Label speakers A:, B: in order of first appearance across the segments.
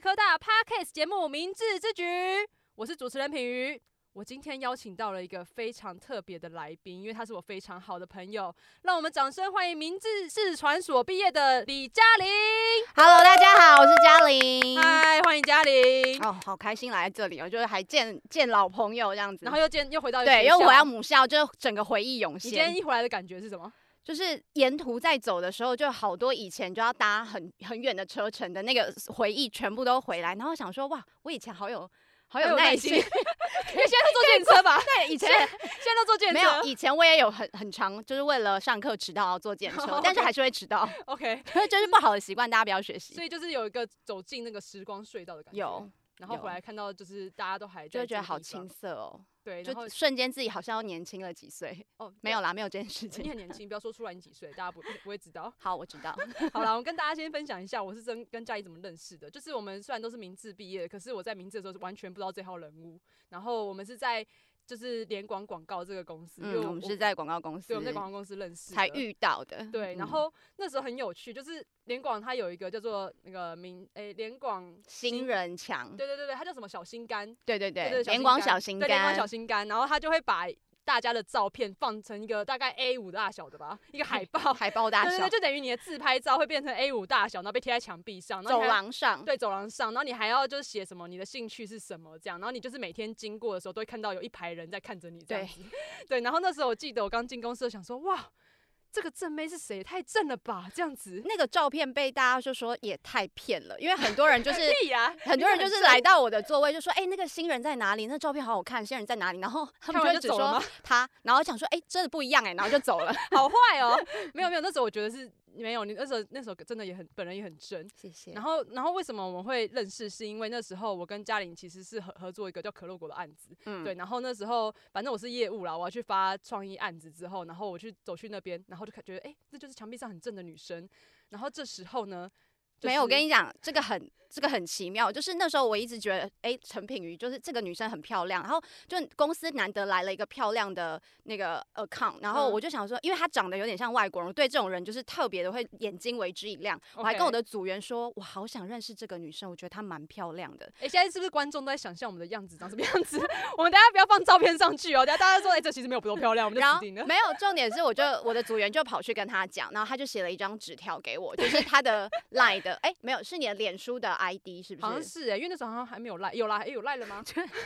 A: 科大 Podcast 节目《明智之举》，我是主持人品瑜。我今天邀请到了一个非常特别的来宾，因为他是我非常好的朋友，让我们掌声欢迎明治市传所毕业的李嘉玲。
B: Hello，大家好，我是嘉玲。
A: 嗨，欢迎嘉玲。
B: 哦，好开心来这里哦，就是还见见老朋友这样子，
A: 然后又见又回到
B: 对，
A: 学
B: 又回
A: 校
B: 到母校，就是整个回忆涌
A: 你今天
B: 现。
A: 一回来的感觉是什么？
B: 就是沿途在走的时候，就好多以前就要搭很很远的车程的那个回忆，全部都回来。然后想说，哇，我以前好有
A: 好
B: 好
A: 有
B: 有
A: 耐
B: 耐
A: 心因
B: 心。
A: 为现在都坐电车吧？
B: 对，以前
A: 现 现在都坐电
B: 没有，
A: 车。
B: 以前我也有很很长，就是为了上课迟到要 坐电
A: OK
B: 车，但是还是会 迟到，
A: OK，
B: 就是不好的习惯，大家不要学习
A: 所。以就是有一个走进那个时光隧道的感觉。
B: 有，
A: 然后
B: 有
A: 回来看到就是大家都还在
B: 就会觉得
A: 这个
B: 好
A: 地方，
B: 青涩哦，
A: 对，然后
B: 就瞬间自己好像又年轻了几岁。
A: 哦
B: 没有啦，没有这件事
A: 你
B: 情。
A: 很年轻，不要说出来你几岁，大家不不会知道。
B: 好，我知道。
A: 好啦，我跟大家先分享一下，我是真跟嘉怡怎么认识的。就是我们虽然都是明治毕业的，可是我在明治的时候是完全不知道这号人物。然后我们是在就是联广广告这个公司， 因为
B: 嗯，我们是在广告公司
A: 对我们在广告公司认识
B: 才
A: 的
B: 遇到的。
A: 对，然
B: 嗯
A: 后那时候很有趣，就是联广它有一个叫做那个明诶联广
B: 新，人墙，
A: 对对对对，它叫什么小心肝，
B: 对对
A: 对对
B: 对，
A: 小
B: 联
A: 心
B: 广
A: 肝
B: 小心
A: 对，联
B: 肝
A: 广，小心肝，然后他就会把大家的照片放成一个大概 A 五大小的吧，一个海报，
B: 海报大
A: 对对
B: 小
A: 对，，就等于你的自拍照会变成 A 五大小，然后被贴在墙壁上，然后
B: 走
A: 你还。
B: 廊上，
A: 对走廊上，然后你还要就是写什么，你的兴趣是什么这样，然后你就是每天经过的时候都会看到有一排人在看着你这样
B: 对
A: 子，对。然后那时候我记得我刚进公司，想说哇，这个正妹是谁？也太正了吧，这样子。
B: 那个照片被大家就说也太骗了，因为很多人就是
A: 对呀，
B: 很多人就是
A: 来。
B: 来到我的座位就说，哎，那个新人在哪里？那照片好好看，新人在哪里？然后他们
A: 看完
B: 就
A: 就
B: 只
A: 走了
B: 说
A: 吗
B: 他，然后想说，哎，真的不一样哎，然后就走了。
A: 好坏哦，没有没有，那时候我觉得是没有，你那时候那时候真的也很本人也很真。
B: 谢谢
A: 然。后然后为什么我们会认识，是因为那时候我跟嘉玲其实是合合作一个叫可乐果的案子，
B: 嗯
A: 对，，然后那时候反正我是业务啦，我要去发创意案子之后，然后我去走去那边，然后就感觉哎、诶这就是墙壁上很正的女生。然后这时候呢，就
B: 没有，我
A: 是
B: 跟你讲，这个很这个很奇妙，就是那时候我一直觉得，哎、陈品瑜就是这个女生很漂亮，然后就公司难得来了一个漂亮的那个 account，然后
A: 嗯
B: 我就想说，因为她长得有点像外国人，我对这种人就是特别的会眼睛为之一亮。我还跟我
A: OK
B: 的组员说，我好想认识这个女生，我觉得她蛮漂亮的。
A: 哎、现在是不是观众都在想象我们的样子长什么样子？ 我们大家不要放照片上去哦，等下大家说哎、诶这其实没有多漂亮，我们就
B: 然
A: 死
B: 后
A: 定了。
B: 没有，重点是我就我的组员就跑去跟她讲，然后她就写了一张纸条给我，就是她的 line 的，哎、没有，是你的脸书的 ID 是不
A: 好像
B: 是？
A: 是哎、因为那时候好像还没有赖，有啦，诶有赖了吗？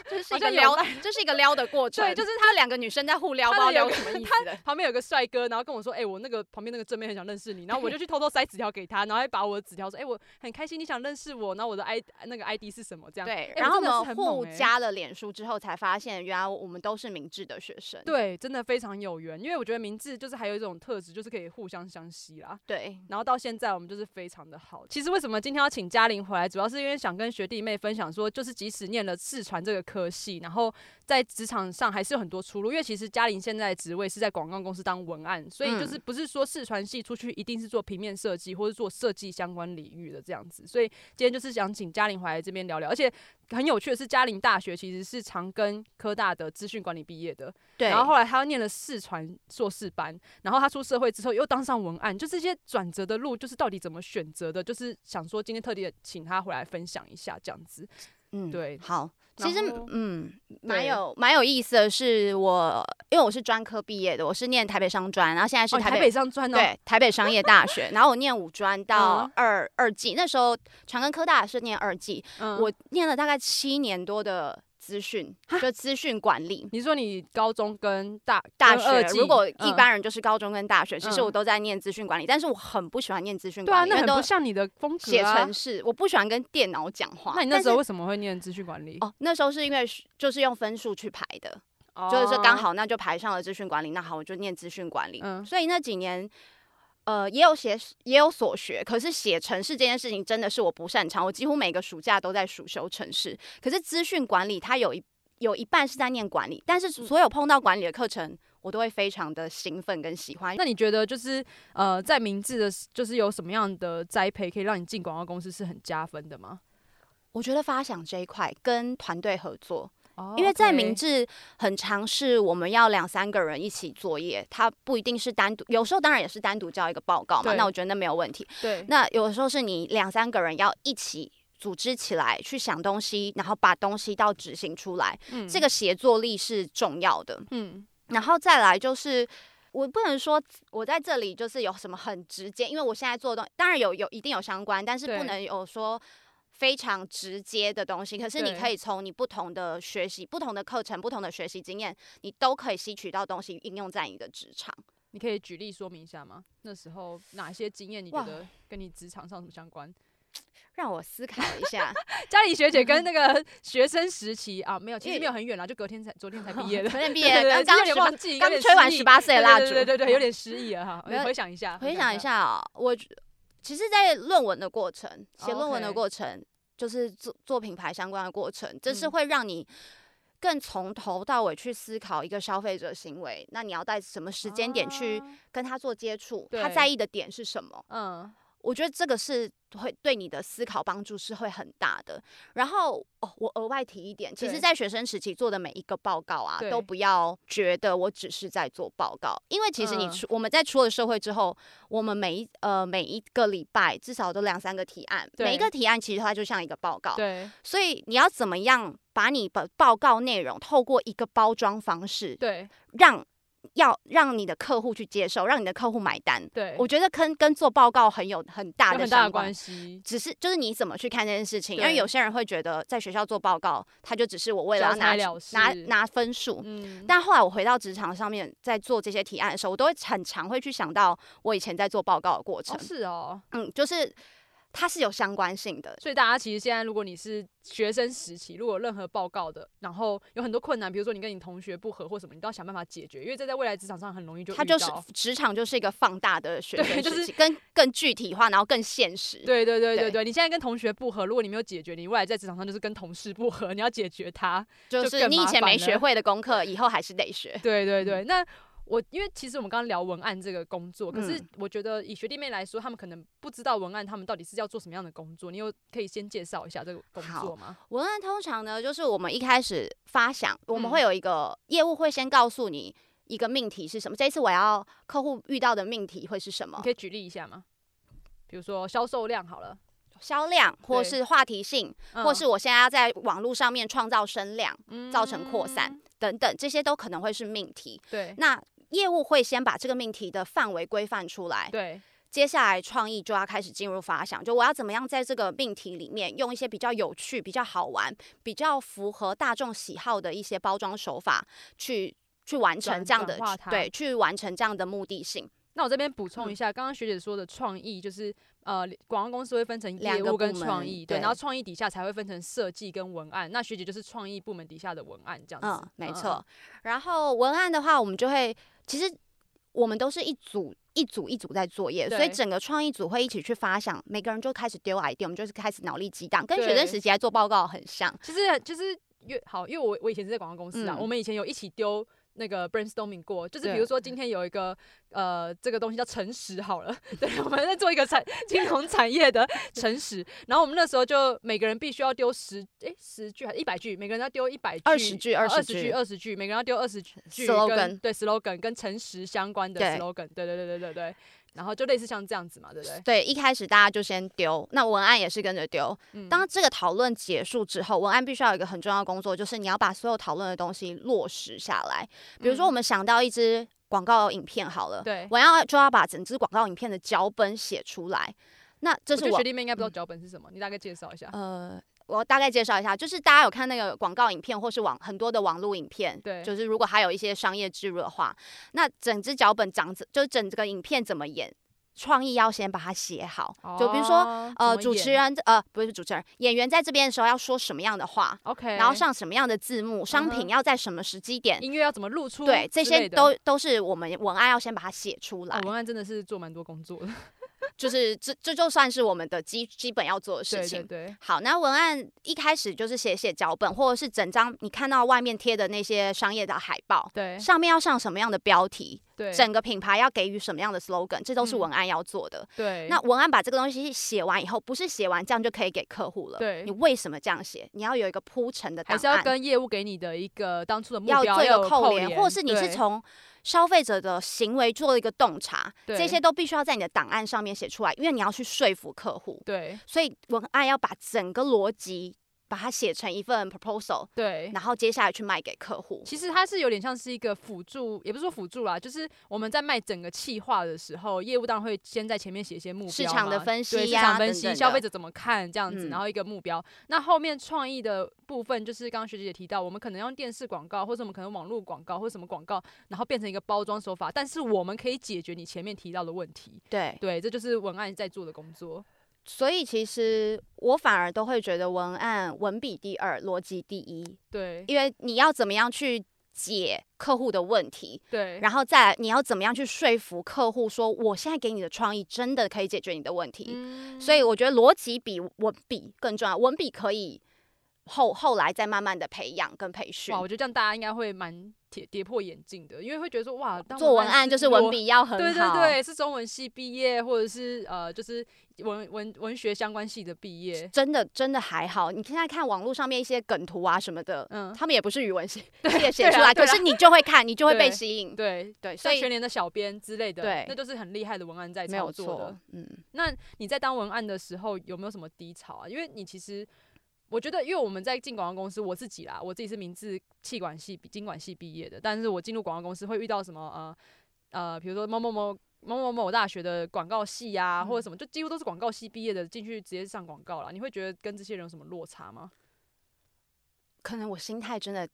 B: 这是
A: 好
B: 一个
A: 像有
B: 撩
A: 赖，
B: 这是一个撩的过程。
A: 对就是
B: 他两个女生在互撩，不知
A: 他哎
B: 道
A: 们有
B: 撩
A: 个
B: 什么 意思的。
A: 旁边有个帅哥，然后跟我说：“哎、我那个旁边那个正面很想认识你。”然后我就去偷偷塞纸条给他，然后还把我的纸条说：“哎、我很开心你想认识我，然后我的 i 那个 ID 是什么？”这样
B: 对
A: 哎，
B: 然后
A: 真的是
B: 我
A: 很
B: 们
A: 猛
B: 互
A: 哎
B: 加了脸书之后，才发现原来我们都是明智的学生。
A: 对，真的非常有缘，因为我觉得明智就是还有一种特质，就是可以互相相吸啦。
B: 对，
A: 然后到现在我们就是非常的好。其实为什么今天要请嘉玲回来，主要是因为想跟学弟妹分享说，就是即使念了视传这个科系，然后在职场上还是有很多出路。因为其实嘉玲现在的职位是在广告公司当文案，所以就是不是说视传系出去一定是做平面设计或是做设计相关领域的这样子。所以今天就是想请嘉玲回来这边聊聊，而且很有趣的是，嘉玲大学其实是长庚科大的资讯管理毕业的，
B: 对，
A: 然后后来他念了四传硕士班，然后他出社会之后又当上文案，就这些转折的路，就是到底怎么选择的，就是想说今天特地请他回来分享一下这样子。
B: 嗯
A: 对
B: 好。
A: 然
B: 其实
A: 后，
B: 嗯，蛮
A: 对
B: 有蛮有意思的是我，因为我是专科毕业的，我是念台北商专，然后现在是
A: 哦，台
B: 北,、
A: 北上专哦，
B: 对台北商业大学，然后我念 五专到
A: 嗯
B: 二、二技，那时候长庚科大是念二技，
A: 嗯
B: 我念了大概七年多的资讯，就资讯管理，
A: 你说你高中跟大
B: 大
A: 跟二
B: 学，
A: 技
B: 如果
A: 嗯
B: 一般人就是高中跟大学，其实
A: 嗯
B: 我都在念资讯管理，但是我很不喜欢念资讯
A: 对啊，
B: 管理，
A: 那
B: 因为
A: 很
B: 都
A: 不像你的风格
B: 写
A: 啊
B: 程。式，我不喜欢跟电脑讲话。
A: 那你那时候
B: 但是
A: 为什么会念资讯管理？
B: 哦，那时候是因为是就是用分数去排的，
A: 哦
B: 就是说刚，好那就排上了资讯管理，那好我就念资讯管理。
A: 嗯
B: 所以那几年。呃，也有写，也有所学，可是写程式这件事情真的是我不擅长。我几乎每个暑假都在暑修程式，可是资讯管理它有一有一半是在念管理，但是
A: 嗯
B: 所有碰到管理的课程，我都会非常的兴奋跟喜欢。
A: 哦那你觉得就是呃，在明治的，就是有什么样的栽培可以让你进广告公司是很加分的吗？
B: 我觉得发想这一块跟团队合作，
A: 哦
B: 因为在
A: OK
B: 明治很尝试我们要两三个人一起作业，它不一定是单独，有时候当然也是单独交一个报告嘛，
A: 对
B: 那我觉得那没有问题。
A: 对
B: 那有时候是你两三个人要一起。组织起来去想东西，然后把东西到执行出来，
A: 嗯
B: 这个协作力是重要的。
A: 嗯
B: 然后再来就是，我不能说我在这里就是有什么很直接，因为我现在做的东当然有有一定有相关，但是
A: 对
B: 不能有说非常直接的东西。可是你
A: 对
B: 可以从你不同的学习、不同的课程、不同的学习经验，你都可以吸取到东西，应用在你的职场。
A: 你可以举例说明一下吗？那时候哪些经验你觉
B: 哇
A: 得跟你职场上有什么相关？
B: 让我思考一 下，
A: 家里学姐跟那个 学生时期啊，没有，其
B: 因
A: 实
B: 为
A: 没有很远啦，就隔天才昨天才毕业的。
B: 昨天毕
A: 对
B: 业，
A: 对对
B: 刚刚
A: 有点
B: 18
A: 忘记，有
B: 刚
A: 点
B: 吹完
A: 失忆
B: 十八岁的蜡烛，
A: 对对对对对，有 点失忆了哈。
B: 没有
A: 回想一下，
B: 回想一，下啊、我觉其实，在论文的过程，写
A: 哦
B: 论文的
A: ，OK
B: 过程，就是做做品牌相关的过程，这是
A: 嗯
B: 会让你更从头到尾去思考一个消费者行为。那你要在什么时间点去
A: 啊
B: 跟他做接触？他
A: 对
B: 在意的点是什么？
A: 嗯，
B: 我觉得这个是会对你的思考帮助是会很大的。然后哦，我额外提一点，其实，
A: 对
B: 在学生时期做的每一个报告啊，都
A: 对
B: 不要觉得我只是在做报告，因为其实你
A: 嗯
B: 出、我们在出了社会之后，我们每一呃每一个礼拜至少都两三个提案，每一
A: 对
B: 个提案其实它就像一个报告，
A: 对
B: 所以你要怎么样把你的报告内容透过一个包装方式，
A: 对
B: 让要让你的客户去接受，让你的客户买单。
A: 对，
B: 我觉得跟跟做报告很有很大
A: 有
B: 的
A: 很大
B: 相
A: 的
B: 关
A: 关系。
B: 只是就是你怎么去看这件事情，因为
A: 对
B: 有些人会觉得在学校做报告，他就只是我为了
A: 交
B: 要
A: 差
B: 拿
A: 了事
B: 拿拿分数。
A: 嗯，
B: 但后来我回到职场上面，在做这些提案的时候，我都会很常会去想到我以前在做报告的过程
A: 哦，是哦，
B: 嗯，就是它是有相关性的，
A: 所以大家其实现在，如果你是学生时期，如果有任何报告的，然后有很多困难，比如说你跟你同学不合或什么，你都要想办法解决，因为这在未来职场上很容易就
B: 它
A: 遇
B: 就是
A: 到
B: 职场就是一个放大的学
A: 对
B: 生
A: 就是
B: 时期，更更具体化，然后更现实。
A: 对对对
B: 对
A: 对对，你现在跟同学不合，如果你没有解决，你未来在职场上就是跟同事不合，你要解决它。
B: 就
A: 就是更
B: 你以
A: 麻
B: 前
A: 烦
B: 没学
A: 了
B: 会的功课，以后还是得学。
A: 对对对，
B: 嗯
A: 那我因为其实我们刚刚聊文案这个工作，可是
B: 嗯
A: 我觉得以学弟妹来说，他们可能不知道文案他们到底是要做什么样的工作，你有可以先介绍一下这个工
B: 好
A: 作吗？
B: 文案通常呢，就是我们一开始发想，我们
A: 嗯
B: 会有一个业务会先告诉你一个命题是什么，这一次我要客户遇到的命题会是什么
A: 你可，以举例一下吗？比如说销售量好了，
B: 销量或
A: 对
B: 是话题性，
A: 嗯
B: 或是我现在要在网络上面创造声量造成扩散
A: 嗯
B: 等等，这些都可能会是命题。
A: 对
B: 那业务会先把这个命题的范围规范出来，
A: 对
B: 接下来创意就要开始进入发想，就我要怎么样在这个命题里面用一些比较有趣、比较好玩、比较符合大众喜好的一些包装手法去去完
A: 转
B: 成这样的
A: 转化它
B: 对，去完成这样的目的性。
A: 那我这边补
B: 嗯
A: 充一下，刚刚学姐说的创意就是。呃，广告公司会分成
B: 两
A: 业
B: 个
A: 务跟
B: 部门
A: 创意，对，
B: 对
A: 然后创意底下才会分成设计跟文案。那学姐就是创意部门底下的文案这样子。
B: 嗯，没错。然后文案的话，我们就会其实我们都是一组。一组一组在作业，所以
A: 对
B: 整个创意组会一起去发想，每个人就开始丢 idea，我们就是开始脑力激荡，跟学生
A: 对
B: 时期来做报告很像。
A: 其实就是越好，因为我我以前是在广告公司啊，
B: 嗯
A: 我们以前有一起丢那个 brainstorming 过，就是比
B: 对
A: 如说今天有一个呃这个东西叫诚实好了， 对，我们在做一个产金融产业 的诚实，然后我们那时候就每个人必须要丢十诶十句还是一百句，每个人要丢一百句
B: 20句
A: 二
B: 20
A: 十
B: 句
A: 句二十句，每个人要丢二十句跟
B: Slogan
A: 对 slogan 跟诚实相关的
B: 对
A: slogan，对对对对对对，然后就类似像这样子嘛，对不对？
B: 对，一开始大家就先丢，那文案也是跟着丢，
A: 嗯，
B: 当这个讨论结束之后，文案必须要有一个很重要的工作，就是你要把所有讨论的东西落实下来。比如说，
A: 嗯
B: 我们想到一支广告影片好了，
A: 对
B: 我要就要把整支广告影片的脚本写出来。那这
A: 我
B: 是
A: 觉得
B: 我
A: 学弟妹应该不知道脚本是什么，你大概介绍一下。
B: 呃，我大概介绍一下，就是大家有看那个广告影片，或是网很多的网络影片，
A: 对
B: 就是如果还有一些商业植入的话，那整支脚本长怎，就是整个影片怎么演，创意要先把它写好。就比如说，
A: 哦怎
B: 呃，
A: 么
B: 主持
A: 演
B: 人呃不是主持人，演员在这边的时候要说什么样的话，
A: OK，
B: 然后上什么样的字幕，商
A: 嗯
B: 品
A: 哼
B: 要在什么时机点，
A: 音乐要怎么露出之类
B: 对
A: 的，
B: 这些都都是我们文案要先把它写出来
A: 啊，，文案真的是做蛮多工作的，
B: 就是这这就算是我们的基基本要做的事
A: 对
B: 情
A: 对。对，
B: 好，那文案一开始就是写写脚本，或者是整张你看到外面贴的那些商业的海报，
A: 对
B: 上面要上什么样的标题，
A: 对
B: 整个品牌要给予什么样的 slogan，这都是
A: 嗯
B: 文案要做的。
A: 对，
B: 那文案把这个东西写完以后，不是写完这样就可以给客户了。
A: 对
B: 你为什么这样写？你要有一个铺陈的档
A: 还
B: 案，
A: 是要跟业务给你的一个当初的目
B: 要
A: 标
B: 做一
A: 有
B: 个扣
A: 连，
B: 或是你是
A: 对
B: 从消费者的行为做一个洞察，
A: 对
B: 这些都必须要在你的档案上面写出来，因为你要去说服客户，
A: 对
B: 所以文案要把整个逻辑把它写成一份 proposal，
A: 对。
B: 然后接下来去卖给客户。
A: 其实它是有点像是一个辅助，也不是说辅助啦，就是我们在卖整个企划的时候，业务当然会先在前面写一些目标嘛，
B: 市场的分析
A: 对市
B: 呀
A: 场分
B: 等
A: 析、
B: 等的
A: 消费者怎么看这样子，
B: 嗯
A: 然后一个目标。那后面创意的部分，就是刚刚学姐也提到，我们可能用电视广告，或者我们可能网络广告，或者什么广告，然后变成一个包装手法，但是我们可以解决你前面提到的问题。
B: 对，
A: 对，这就是文案在做的工作。
B: 所以其实我反而都会觉得文案文笔第二，逻辑第一，
A: 对
B: 因为你要怎么样去解客户的问题，
A: 对
B: 然后再来你要怎么样去说服客户说，我现在给你的创意真的可以解决你的问题。
A: 嗯
B: 所以我觉得逻辑比文笔更重要，文笔可以后后来再慢慢的培养跟培训
A: 哇，。我觉得这样大家应该会蛮跌跌破眼镜的，因为会觉得说哇，当
B: 做文案
A: 师
B: 就是
A: 如
B: 文
A: 果
B: 笔要很好，
A: 对对对，是中文系毕业，或者是呃，就是文文文学相关系的毕业。
B: 真的真的还好。你现在看网络上面一些梗图啊什么的，
A: 嗯，
B: 他们也不是语文系也
A: 对
B: 写出
A: 啦
B: 来，
A: 对
B: 可
A: 啦
B: 是你就会看，你就会被
A: 对
B: 吸引。
A: 对，
B: 对，所
A: 像
B: 以
A: 全联的小编之类的，
B: 对
A: 那就是很厉害的文案在
B: 没
A: 操
B: 有
A: 作的
B: 错。，嗯，
A: 那你在当文案的时候有没有什么低潮啊？因为你其实。我觉得，因为我们在进广告公司，我自己啦，我自己是名字气管系、经管系毕业的，但是我进入广告公司会遇到什么呃呃，比如说某某某某某某大学的广告系啊，
B: 嗯
A: 或者什么，就几乎都是广告系毕业的进去直接上广告啦。你会觉得跟这些人有什么落差吗？
B: 可能我心态真的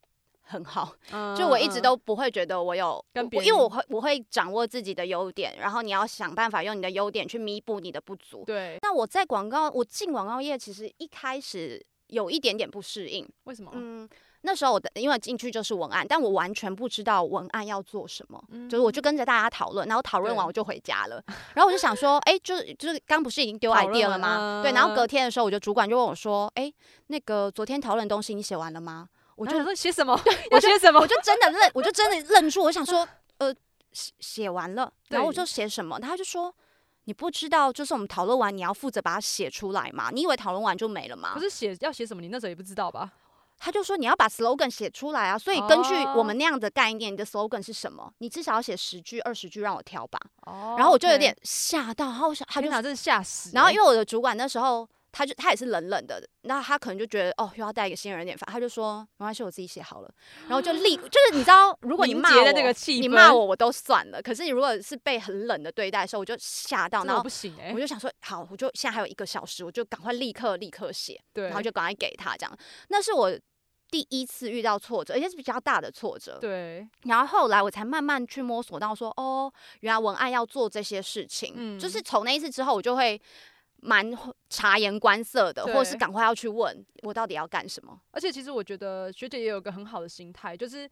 B: 很好，
A: 嗯
B: 就我一直
A: 嗯
B: 都不会觉得我有
A: 跟
B: 我
A: 别
B: 因为
A: 人
B: 我会我会掌握自己的优点，然后你要想办法用你的优点去弥补你的不足。
A: 对，
B: 那我在广告，我进广告业其实一开始有一点点不适应，
A: 为什么？
B: 嗯，那时候我的因为进去就是文案，但我完全不知道文案要做什么。
A: 嗯
B: 就是我就跟着大家讨论，然后讨论完
A: 对
B: 我就回家了。然后我就想说，哎、就是就是刚不是已经丢
A: 讨论
B: idea
A: 完
B: 了吗？
A: 嗯
B: 对，然后隔天的时候，我就主管就问我说，哎、那个昨天讨论的东西你写完了吗？
A: 我
B: 我就
A: 就啊说写什么，
B: 我
A: 要写什么
B: 我？就真的愣， 我就真的愣住，我想说，呃，写写完了，然后我
A: 对
B: 就写什么，他就说。你不知道，就是我们讨论完，你要负责把它写出来嘛？你以为讨论完就没了吗
A: 可？是写要写什么，你那时候也不知道吧？
B: 他就说你要把 slogan 写出来啊，所以根据
A: 哦
B: 我们那样的概念，你的 slogan 是什么？你至少要写十句、二十句让我挑吧。
A: 哦
B: 然后我就有点吓到，然后我想他
A: 他
B: 就
A: 就，拿真的吓死欸。
B: 然后因为我的主管那时候他就他也是冷冷的，那他可能就觉得哦又要带一个新人有点烦，他就说没关系，我自己写好了。然后就立， 就是你知道，如果你
A: 凝
B: 骂
A: 结
B: 我
A: 在那个气
B: 你
A: 氛
B: 骂我我都算了，可是你如果是被很冷的对待的时候，我就吓到，
A: 真的
B: 然
A: 我
B: 后
A: 不行哎
B: 我，就想说好，我就现在还有一个小时，我就赶快立刻立刻写。
A: 对，
B: 然后就赶快给他这样。那是我第一次遇到挫折，而且是比较大的挫折。
A: 对，
B: 然后后来我才慢慢去摸索到说，哦，原来文案要做这些事情。
A: 嗯
B: 就是从那一次之后，我就会蛮察言观色的，
A: 对
B: 或是赶快要去问我到底要干什么。
A: 而且其实我觉得学姐也有个很好的心态，就是。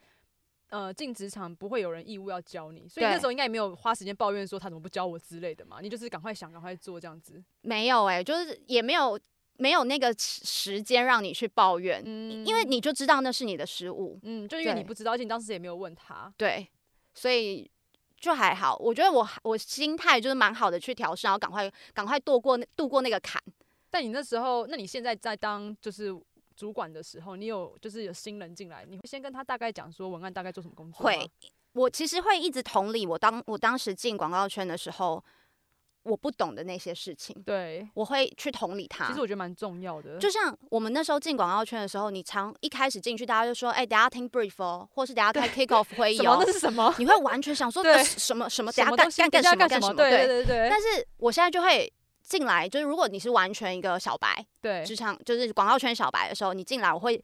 A: 呃，进职场不会有人义务要教你，所以
B: 对
A: 那时候应该也没有花时间抱怨说他怎么不教我之类的嘛。你就是赶快想，赶快做这样子。
B: 没有哎、就是也没有没有那个时时间让你去抱怨，
A: 嗯，
B: 因为你就知道那是你的失误。
A: 嗯，就因为你
B: 对
A: 不知道，而且你当时也没有问他。
B: 对，所以就还好。我觉得我我心态就是蛮好的，去调试，然后赶快赶快度过那度过那个坎。
A: 但你那时候，那你现在在当就是主管的时候，你有就是有新人进来，你会先跟他大概讲说文案大概做什么工作吗？
B: 会我其实会一直同理我当我当时进广告圈的时候，我不懂的那些事情，
A: 对，
B: 我会去同理他
A: 其实。我觉得蛮重要的。
B: 啊就像我们那时候进广告圈的时候，你常一开始进去，大家就说：“哎、等一下听 brief 哦，或是等一下开 kick off 会议
A: 什么
B: 哦
A: 那。”是什么？
B: 你会完全 想说：“
A: 对
B: 呃什么什么？等一下
A: 东
B: 干
A: 西
B: 干
A: 等
B: 干
A: 一下
B: 什
A: 干
B: 么干
A: 什么？
B: 什么？”
A: 对对对
B: 但是我现在就会进来，就是如果你是完全一个小白，
A: 对
B: 职场就是广告圈小白的时候，你进来我会，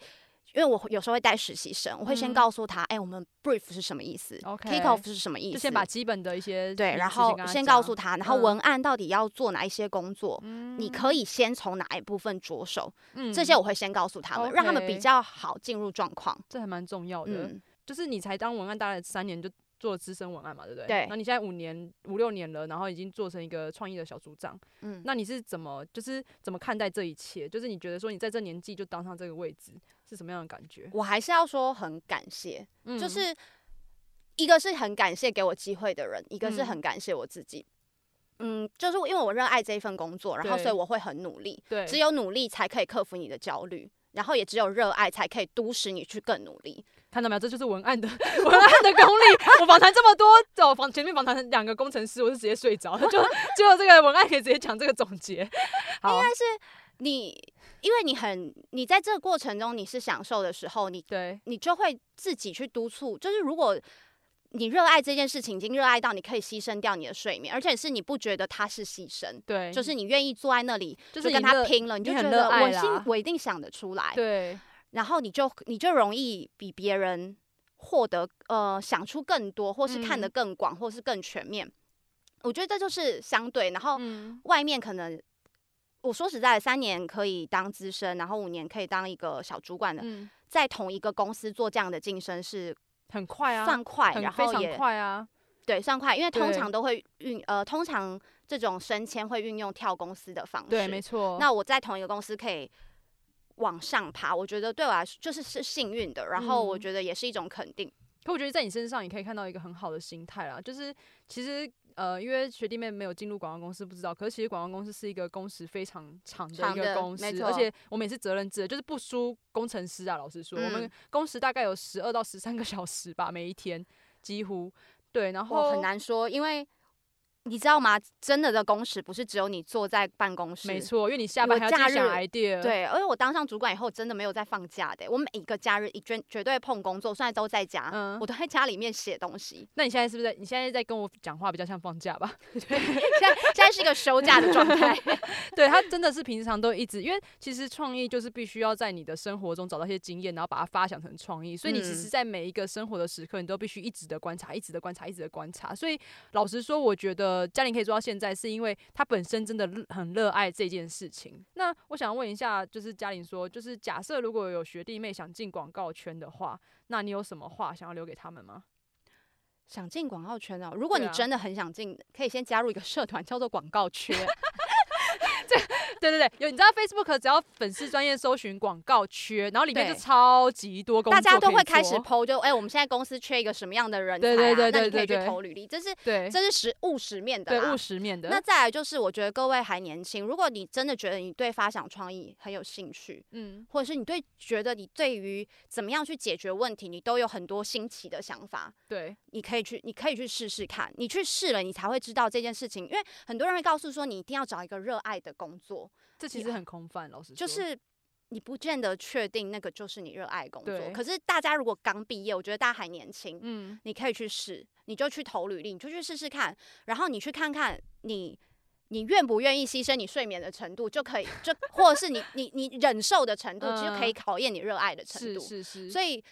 B: 因为我有时候会带实习生，我会先
A: 嗯哦
B: 告诉他，哎、我们 brief 是什么意思
A: OK
B: kick off 是什么意思，
A: 就先把基本的一些
B: 对，
A: 名
B: 然
A: 词
B: 后
A: 跟他
B: 先告诉
A: 讲，
B: 他，然后
A: 嗯
B: 文案到底要做哪一些工作。你可以先从哪一部分着手，
A: 嗯
B: 这些我会先告诉他们，让他们比
A: OK
B: 较好进入状况。
A: 这还蛮重要的。
B: 嗯，
A: 就是你才当文案大概三年就做了资深文案嘛，对不对？
B: 对
A: 然后你现在五年五六年了，然后已经做成一个创意的小组长，
B: 嗯
A: 那你是怎么就是怎么看待这一切？就是你觉得说你在这年纪就当上这个位置是什么样的感觉？
B: 我还是要说很感谢，
A: 嗯
B: 就是一个是很感谢给我机会的人，一个是
A: 嗯
B: 很感谢我自己。嗯，就是因为我热爱这一份工作，然后
A: 对
B: 所以我会很努力。
A: 对，
B: 只有努力才可以克服你的焦虑，然后也只有热爱才可以督使你去更努力。
A: 看到没有？这就是文案的 文案的功力。我访谈这么多，哦，访前面访谈两个工程师，我是直接睡着，就只有这个文案可以直接讲这个总结。好，
B: 你因为你很你在这个过程中你是享受的时候，你
A: 对
B: 你就会自己去督促，就是如果。你热爱这件事情，已经热爱到你可以牺牲掉你的睡眠，而且是你不觉得它是牺牲，
A: 对，
B: 就是你愿意坐在那里，
A: 就
B: 就是跟
A: 你
B: 他
A: 热
B: 拼了，你就
A: 你
B: 觉
A: 很
B: 得
A: 热爱
B: 我心
A: 啦
B: 我一定想得出来，
A: 对
B: 然后你就你就容易比别人获得呃想出更多，或是看得
A: 嗯
B: 更广，或是更全面。我觉得这就是相对，然后
A: 嗯
B: 外面可能我说实在的，三年可以当资深，然后五年可以当一个小主管的，
A: 嗯，
B: 在同一个公司做这样的晋升是
A: 很快啊，
B: 算快，
A: 很
B: 然
A: 非
B: 后
A: 常
B: 也
A: 快啊，
B: 对算快，因为通
A: 对
B: 常都会运呃，通常这种升迁会运用跳公司的方式，
A: 对，没错。
B: 那我在同一个公司可以往上爬，我觉得对我来说就是是幸运的，然后我
A: 嗯
B: 觉得也是一种肯定。
A: 可我觉得在你身上也可以看到一个很好的心态啦，就是其实呃，因为学弟妹没有进入广告公司不知道，可是其实广告公司是一个工时非常长的一
B: 长
A: 个
B: 的
A: 公
B: 没
A: 司，
B: 错
A: 而且我们也是责任制的，就是不输工程师啊。老实说，我们
B: 嗯
A: 工时大概有十二到十三个小时吧，每一天几乎对，然后
B: 我很难说，因为你知道吗？真的的工时不是只有你坐在办公室，
A: 没错，因为你下
B: 因
A: 班
B: 为
A: 还要
B: 假
A: 继续想
B: 日
A: idea，，
B: 对，而且我当上主管以后，真的没有在放假的。我每一个假日一绝绝对碰工作，虽然都在家，
A: 嗯
B: 我都在家里面写东西。
A: 那你现在是不是在你现在在跟我讲话比较像放假吧？
B: 现在现在是一个休假的状 态，
A: 对他真的是平常都一直，因为其实创意就是必须要在你的生活中找到一些经验，然后把它发想成创意。所以你其
B: 嗯
A: 实，在每一个生活的时刻，你都必须一直的观察，一直的观察，一直的观察。所以老实说，我觉得嘉玲可以做到现在，是因为她本身真的热很热爱这件事情。那我想问一下，就是嘉玲说，就是假设如果有学弟妹想进广告圈的话，那你有什么话想要留给他们吗？
B: 想进广告圈哦。如果
A: 对
B: 你
A: 啊
B: 真的很想进，可以先加入一个社团，叫做广告圈。
A: 对对对，有你知道 Facebook 只要粉丝专业搜寻广告缺，然后里面就
B: 对
A: 超级多工作
B: 大家都
A: 可以
B: 会开始
A: 做
B: PO，就哎、我们现在公司缺一个什么样的人才、啊，
A: 对对对
B: 那
A: 对
B: 你可以
A: 对
B: 去
A: 对
B: 投履历，这是
A: 对
B: 这是实务实面的
A: 对
B: 啦
A: 务。实面的。
B: 那再来就是，我觉得各位还年轻，如果你真的觉得你对发想创意很有兴趣，
A: 嗯，
B: 或者是你对觉得你对于怎么样去解决问题，你都有很多新奇的想法，
A: 对
B: 你可以去，你可以去试试看，你去试了，你才会知道这件事情。因为很多人会告诉说，你一定要找一个热爱的工作，
A: 这其
B: 你啊
A: 实很空泛，老实说，
B: 就是你不见得确定那个就是你热爱的工
A: 对
B: 作。可是大家如果刚毕业，我觉得大家还年轻，
A: 嗯，
B: 你可以去试，你就去投履历，你就去试试看，然后你去看看你你愿不愿意牺牲你睡眠的程度，就可以就或者是你你你忍受的程度，就可以
A: 嗯
B: 考验你热爱的程
A: 是
B: 度。
A: 是是，
B: 所以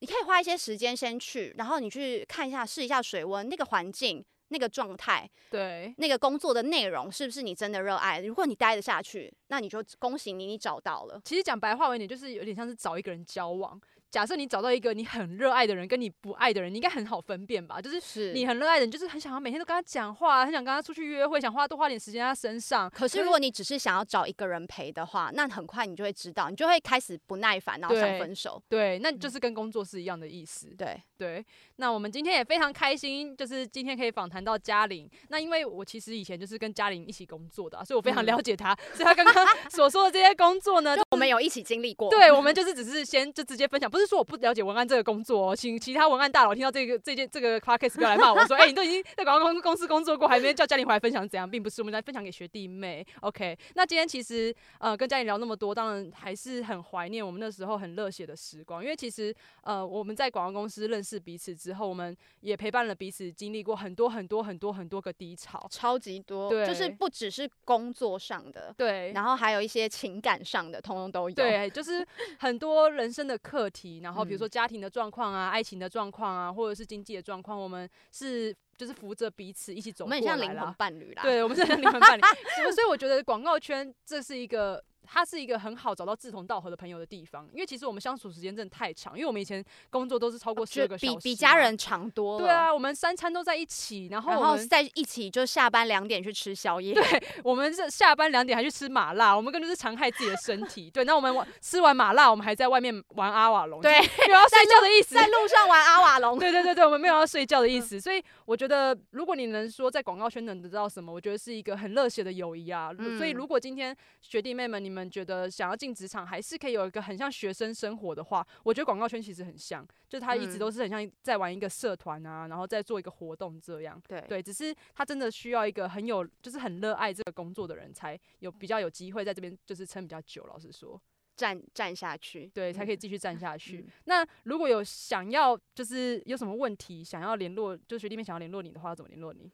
B: 你可以花一些时间先去，然后你去看一下试一下水温，那个环境。那个状态，
A: 对
B: 那个工作的内容是不是你真的热爱？如果你待得下去，那你就恭喜你，你找到了。
A: 其实讲白话文一点，就是有点像是找一个人交往。假设你找到一个你很热爱的人，跟你不爱的人，你应该很好分辨吧？就是
B: 是
A: 你很热爱的人，就是很想要每天都跟他讲话，很想跟他出去约会，想花多花点时间在他身上。
B: 可是如果你只是想要找一个人陪的话，那很快你就会知道，你就会开始不耐烦，然后想
A: 对
B: 分手。
A: 对，那
B: 嗯
A: 就是跟工作是一样的意思。
B: 对，
A: 对，那我们今天也非常开心，就是今天可以访谈到嘉玲。那因为我其实以前就是跟嘉玲一起工作的啊、所以我非常
B: 嗯
A: 了解她。所以她刚刚所说的这些工作呢，就
B: 我们有一起经历过。
A: 嗯对我们就是只是先就直接分享，不是说我不了解文案这个工作、哦，请其他文案大佬听到这个这件这个 podcast 不要来骂我说，哎、你都已经在广告公公司工作过，还没叫嘉玲回来分享怎样，并不是我们来分享给学弟妹。OK，那今天其实呃跟嘉玲聊那么多，当然还是很怀念我们那时候很热血的时光，因为其实呃我们在广告公司认识彼此之后，我们也陪伴了彼此，经历过很多很多很多很多个低潮。
B: 超级多，
A: 对
B: 就是不只是工作上的，
A: 对，
B: 然后还有一些情感上的，通通都有。，
A: 对，就是很多人生的课题，然后比如
B: 嗯
A: 说家庭的状况啊、爱情的状况啊，或者是经济的状况，我们是就是扶着彼此一起走
B: 我
A: 过
B: 们很像
A: 来
B: 灵魂
A: 啦。
B: 伴侣啦。，
A: 对，我们是像灵魂伴侣，所以所以我觉得广告圈这是一个它是一个很好找到志同道合的朋友的地方。因为其实我们相处时间真的太长，因为我们以前工作都是超过十
B: 哦就
A: 二个小时
B: 比
A: 嘛，
B: 比家人长多了。
A: 对，啊，我们三餐都在一起，然后
B: 然
A: 我
B: 后
A: 们
B: 在一起就下班两点去吃宵夜。
A: 我们是下班两点还去吃麻辣，我们根本就是残害自己的身体。对，那我们晚吃完麻辣，我们还在外面玩阿瓦隆，
B: 对，
A: 没有要睡觉的意思。
B: 在嗯路上玩阿瓦隆。
A: 对对对对，我们没有要睡觉的意思。所以我觉得，如果你能说在广告圈能得到什么，我觉得是一个很热血的友谊啊。如所以
B: 嗯
A: 如果今天学弟妹们你们觉得想要进职场，还是可以有一个很像学生生活的话，我觉得广告圈其实很像，就它一直
B: 嗯
A: 都是很像在玩一个社团啊，然后再做一个活动这样。
B: 对
A: 对，只是他真的需要一个很有，就是很热爱这个工作的人，才有比较有机会在这边就是撑比较久。老实说，
B: 站站下去，
A: 对，才可
B: 以
A: 以继续站下去。
B: 嗯
A: 那如果有想要，就是有什么问题想要联络，就学弟妹想要联络你的话，要怎么联络你？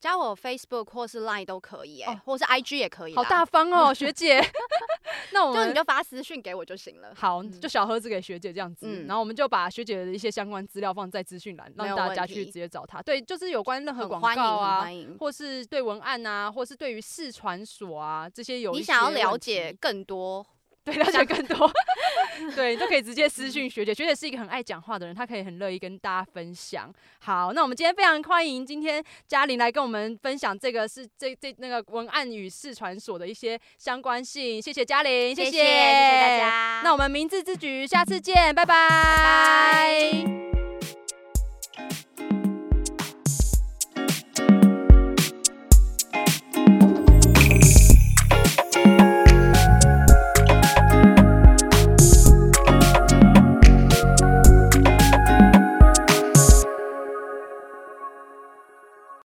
B: 加我 Facebook 或是 Line 都可以、欸，
A: 哦
B: 或是 IG 也可以。
A: 好大，欸方哦， 学姐。 那我
B: 就你
A: 们
B: 就发私讯给我就 行了。
A: 好，
B: 嗯
A: 就小盒子给学姐这样子，
B: 嗯
A: 然后我们就把学姐的一些相关资料放在资讯栏，
B: 没
A: 让
B: 有
A: 大
B: 问
A: 家去
B: 题
A: 直接找她。对，就是有关任何
B: 很
A: 广
B: 欢迎，
A: 告
B: 很
A: 啊，
B: 欢迎。
A: 或是对文案啊，或是对于视传所啊这些有
B: 你
A: 一
B: 想要
A: 些
B: 了
A: 问
B: 解
A: 题，
B: 更多，
A: 对了解更多， 对，都可以直接
B: 嗯
A: 私讯学姐。学姐是一个很爱讲话的人，她可以很乐意跟大家分享。好，那我们今天非常欢迎今天嘉玲来跟我们分享这个是这这那个文案与视传所的一些相关性。谢谢嘉玲，
B: 谢
A: 谢
B: 谢大。家。
A: 那我们明智之举，下次见，拜拜